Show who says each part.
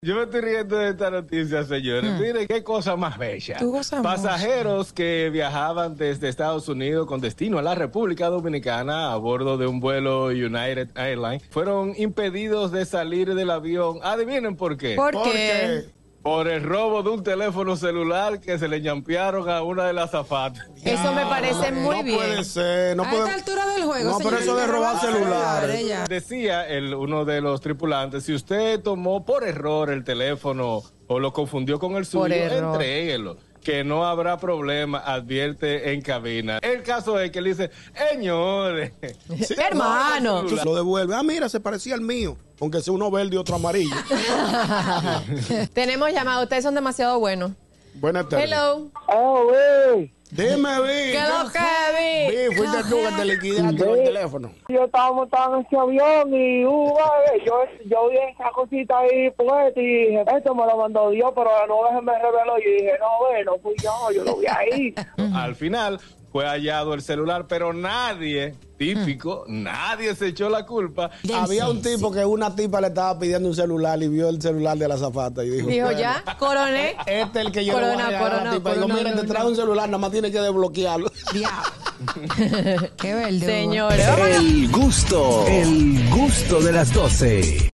Speaker 1: Yo me estoy riendo de esta noticia, señores.
Speaker 2: Mm.
Speaker 1: Mire, qué cosa más bella.
Speaker 2: Tú gozas
Speaker 1: Pasajeros que viajaban desde Estados Unidos con destino a la República Dominicana a bordo de un vuelo United Airlines fueron impedidos de salir del avión. Adivinen por qué.
Speaker 2: ¿Por qué?
Speaker 3: Porque
Speaker 1: Por el robo de un teléfono celular que se le llampearon a una de las zapatas.
Speaker 2: Eso me parece muy
Speaker 3: no
Speaker 2: bien.
Speaker 3: puede ser, no
Speaker 2: a
Speaker 3: puede
Speaker 2: esta altura del juego,
Speaker 3: No, pero
Speaker 2: señorita,
Speaker 3: eso de robar celulares.
Speaker 2: ya.
Speaker 1: Decía el, uno de los tripulantes, si usted tomó por error el teléfono o lo confundió con el
Speaker 2: Por
Speaker 1: suyo,
Speaker 2: error.
Speaker 1: entréguelo, que no habrá problema, advierte en cabina. El caso es que le dice, señores,
Speaker 3: Sí,
Speaker 2: Hermano.
Speaker 3: Tú lo devuelves. Ah, mira, se parecía al mío. Aunque sea uno verde y otro amarillo.
Speaker 2: Tenemos llamado. Ustedes son demasiado buenos.
Speaker 3: Buenas tardes.
Speaker 2: Hello.
Speaker 4: Oh, güey.
Speaker 3: Dime, Vi.
Speaker 2: ¿Qué lo que
Speaker 3: Vi, fuiste tú que te liquidaste con el teléfono.
Speaker 4: Yo estaba montado en ese avión y uh, güey, yo, yo vi esa cosita ahí puesta y dije, esto me lo mandó Dios, pero la nube se me reveló y dije, no, güey, no fui yo, yo lo vi ahí.
Speaker 1: al final fue hallado el celular, pero nadie, típico, nadie se echó la culpa.
Speaker 3: Había un tipo que una tipa le estaba pidiendo un celular y vio el celular de la zapata y dijo,
Speaker 2: vi? Dijo
Speaker 3: "Bueno,
Speaker 2: ya, coroné.
Speaker 3: Este es el que yo le voy
Speaker 2: Corona,
Speaker 3: a regalar a
Speaker 2: corona,
Speaker 3: la tipa. Digo,
Speaker 2: corona,
Speaker 3: mira, te
Speaker 2: corona.
Speaker 3: trae un celular, nada más tienes que desbloquearlo.
Speaker 5: Qué verde.
Speaker 2: Señores. vámonos.
Speaker 6: El gusto, el gusto de las 12.